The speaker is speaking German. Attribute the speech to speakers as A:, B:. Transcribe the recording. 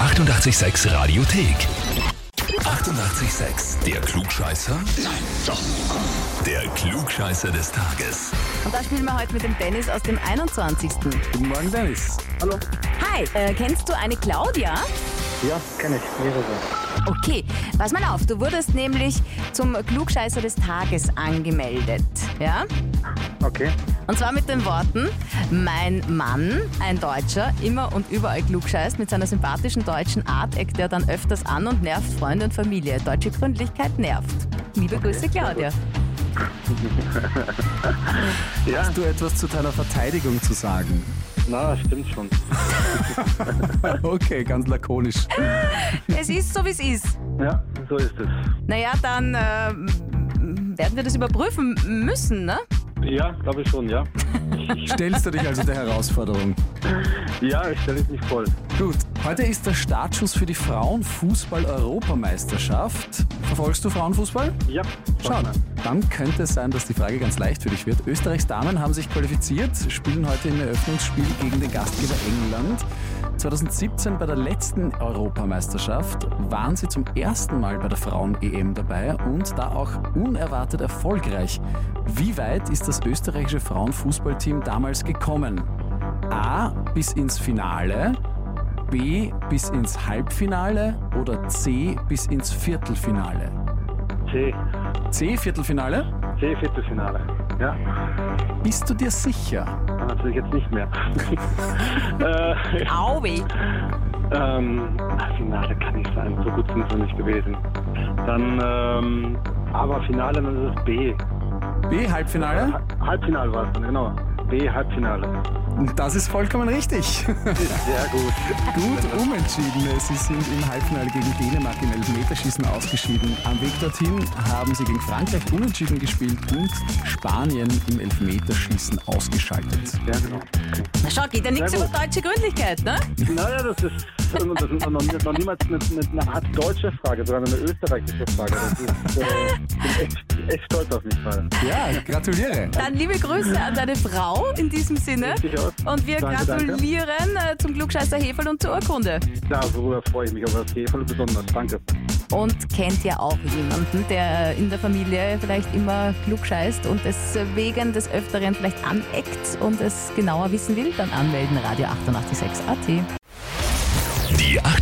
A: 886 Radiothek. 88,6. Der Klugscheißer? Nein, doch. Der Klugscheißer des Tages.
B: Und da spielen wir heute mit dem Dennis aus dem 21.
C: Guten Morgen, Dennis.
D: Hallo?
B: Hi, äh, kennst du eine Claudia?
D: Ja, kenne ich, mehrere.
B: Okay, pass mal auf, du wurdest nämlich zum Klugscheißer des Tages angemeldet. Ja?
D: Okay,
B: Und zwar mit den Worten, mein Mann, ein Deutscher, immer und überall klugscheißt, mit seiner sympathischen deutschen Art eckt er dann öfters an und nervt Freunde und Familie. Deutsche Gründlichkeit nervt. Liebe Grüße, Claudia.
D: Ja.
C: Hast du etwas zu deiner Verteidigung zu sagen?
D: na, stimmt schon.
C: Okay, ganz lakonisch.
B: Es ist so, wie es ist.
D: Ja, so ist es.
B: Naja, dann äh, werden wir das überprüfen müssen, ne?
D: Ja, glaube ich schon, ja.
C: Stellst du dich also der Herausforderung?
D: Ja, ich stelle es nicht voll.
C: Gut, heute ist der Startschuss für die Frauenfußball-Europameisterschaft. Verfolgst du Frauenfußball?
D: Ja,
C: Schauen. Dann könnte es sein, dass die Frage ganz leicht für dich wird. Österreichs Damen haben sich qualifiziert, spielen heute im Eröffnungsspiel gegen den Gastgeber England. 2017 bei der letzten Europameisterschaft waren sie zum ersten Mal bei der Frauen-EM dabei und da auch unerwartet erfolgreich. Wie weit ist das österreichische Frauenfußballteam damals gekommen? A bis ins Finale, B bis ins Halbfinale oder C bis ins Viertelfinale?
D: C,
C: C Viertelfinale?
D: C, Viertelfinale. Ja,
C: Bist du dir sicher?
D: Ah, natürlich jetzt nicht mehr. äh,
B: Auweh.
D: ähm, ah, Finale kann nicht sein, so gut sind wir nicht gewesen. Dann, ähm, aber Finale, dann ist es B.
C: B Halbfinale?
D: Ha- Halbfinale war es dann, genau. B, Halbfinale.
C: Das ist vollkommen richtig.
D: Sehr gut.
C: Gut umentschieden. Sie sind im Halbfinale gegen Dänemark im Elfmeterschießen ausgeschieden. Am Weg dorthin haben sie gegen Frankreich unentschieden gespielt und Spanien im Elfmeterschießen ausgeschaltet.
D: Ja, genau.
B: Na schau, geht ja nichts
D: Sehr
B: über
D: gut.
B: deutsche Gründlichkeit, ne?
D: Naja, das ist, das ist noch, nie- noch niemals eine, eine, eine Art deutsche Frage, sondern eine österreichische Frage. Das ist, äh, ich bin echt, echt stolz auf mich gerade.
C: Ja, gratuliere.
B: Dann liebe Grüße an deine Frau in diesem Sinne.
D: Richtig aus.
B: Und wir
D: Danke, danke.
B: gratulieren äh, zum Glückscheißer Heferl und zur Urkunde.
D: Darüber freue ich mich, aber das hier voll besonders. Danke.
B: Und kennt ja auch jemanden, der äh, in der Familie vielleicht immer klugscheißt und es äh, wegen des Öfteren vielleicht aneckt und es genauer wissen will, dann anmelden. Radio 886 AT.
A: Die